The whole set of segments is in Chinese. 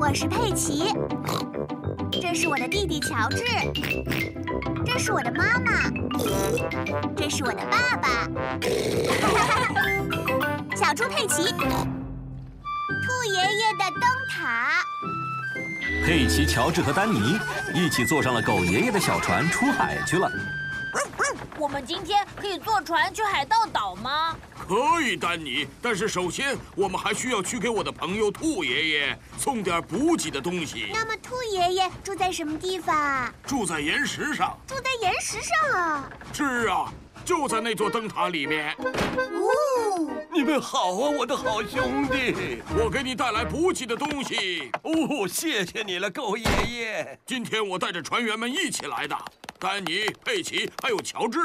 我是佩奇，这是我的弟弟乔治，这是我的妈妈，这是我的爸 爸，小猪佩奇，兔爷爷的灯塔。佩奇、乔治和丹尼一起坐上了狗爷爷的小船出海去了。我们今天可以坐船去海盗岛吗？可以，丹尼。但是首先，我们还需要去给我的朋友兔爷爷送点补给的东西。那么，兔爷爷住在什么地方啊？住在岩石上。住在岩石上啊？是啊，就在那座灯塔里面。哦，你们好啊，我的好兄弟！我给你带来补给的东西。哦，谢谢你了，狗爷爷。今天我带着船员们一起来的，丹尼、佩奇还有乔治。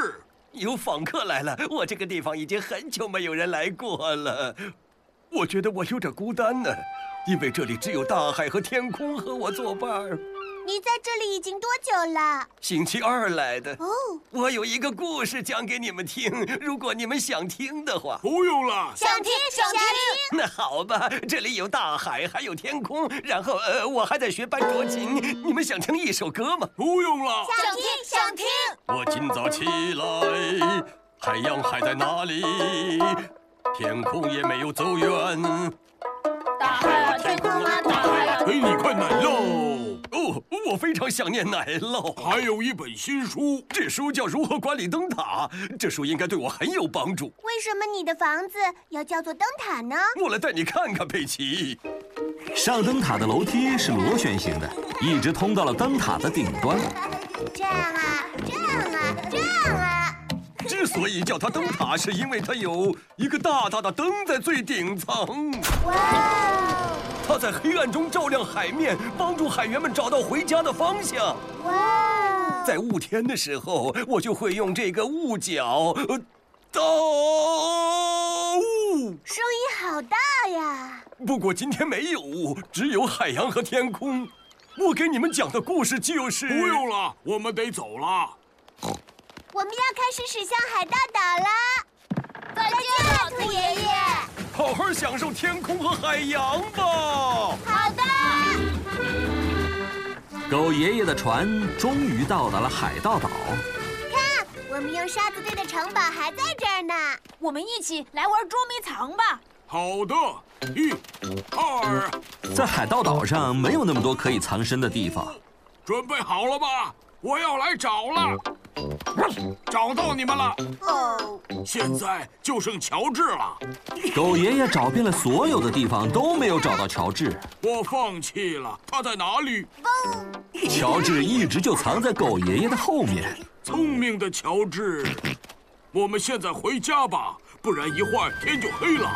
有访客来了，我这个地方已经很久没有人来过了。我觉得我有点孤单呢、因为这里只有大海和天空和我作伴儿。你在这里已经多久了？星期二来的，哦，我有一个故事讲给你们听，如果你们想听的话。不用了，想听想听。 那好吧，这里有大海，还有天空，然后呃，我还在学班卓琴。你们想听一首歌吗？不用了。想听想听。我今早起来，海洋还在哪里？天空也没有走远。大海啊，天空啊，大海啊！给你块奶酪，哦，我非常想念奶酪。还有一本新书。这书叫《如何管理灯塔》，这书应该对我很有帮助。为什么你的房子要叫做灯塔呢？我来带你看看，佩奇。上灯塔的楼梯是螺旋形的，一直通到了灯塔的顶端。这样啊，这样啊，这样啊。之所以叫它灯塔，是因为它有一个大大的灯在最顶层，哇哦，它在黑暗中照亮海面，帮助海员们找到回家的方向。哇哦，在雾天的时候，我就会用这个雾角，呃，到雾。声音好大呀！不过今天没有雾，只有海洋和天空。我给你们讲的故事就是……不用了，我们得走了。我们要开始驶向海盗岛啦！再见了，兔爷爷。好好享受天空和海洋吧。好的。狗爷爷的船终于到达了海盗岛。看，我们用沙子堆的城堡还在这儿呢。我们一起来玩捉迷藏吧。好的，一、二，在海盗岛上没有那么多可以藏身的地方，准备好了吧？我要来找了，找到你们了。哦，现在就剩乔治了，狗爷爷找遍了所有的地方都没有找到乔治。我放弃了。他在哪里？乔治一直就藏在狗爷爷的后面。聪明的乔治，我们现在回家吧，不然一会儿天就黑了。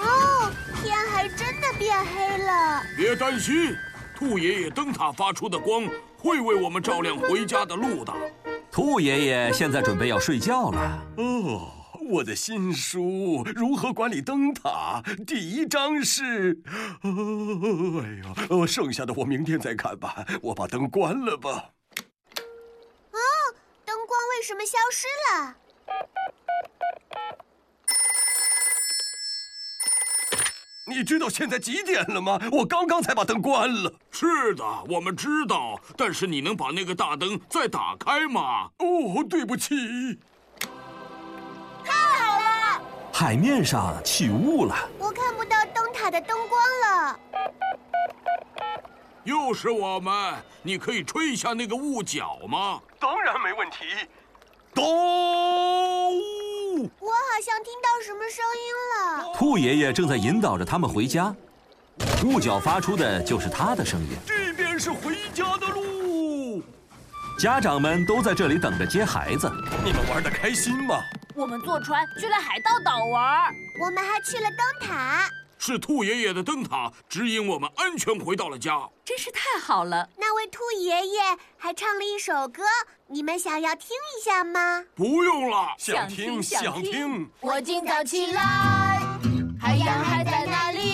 哦，天还真的变黑了。别担心，兔爷爷灯塔发出的光会为我们照亮回家的路的。兔爷爷现在准备要睡觉了。哦，我的新书《如何管理灯塔》第一章是……哦、哎呦，呃剩下的我明天再看吧。我把灯关了吧。哦灯光为什么消失了？你知道现在几点了吗？我刚刚才把灯关了。是的，我们知道，但是你能把那个大灯再打开吗？哦，对不起。海面上起雾了，我看不到灯塔的灯光了。又是我们，你可以吹一下那个雾角吗？当然没问题。都。我好像听到什么声音了。兔爷爷正在引导着他们回家。雾角发出的就是他的声音。这边是回家的路。家长们都在这里等着接孩子。你们玩的开心吗？我们坐船去了海盗岛玩。我们还去了灯塔。是兔爷爷的灯塔指引我们安全回到了家。真是太好了！那位兔爷爷还唱了一首歌，你们想要听一下吗？不用了，想听想听想听我今早起来，海洋还在哪里？啊啊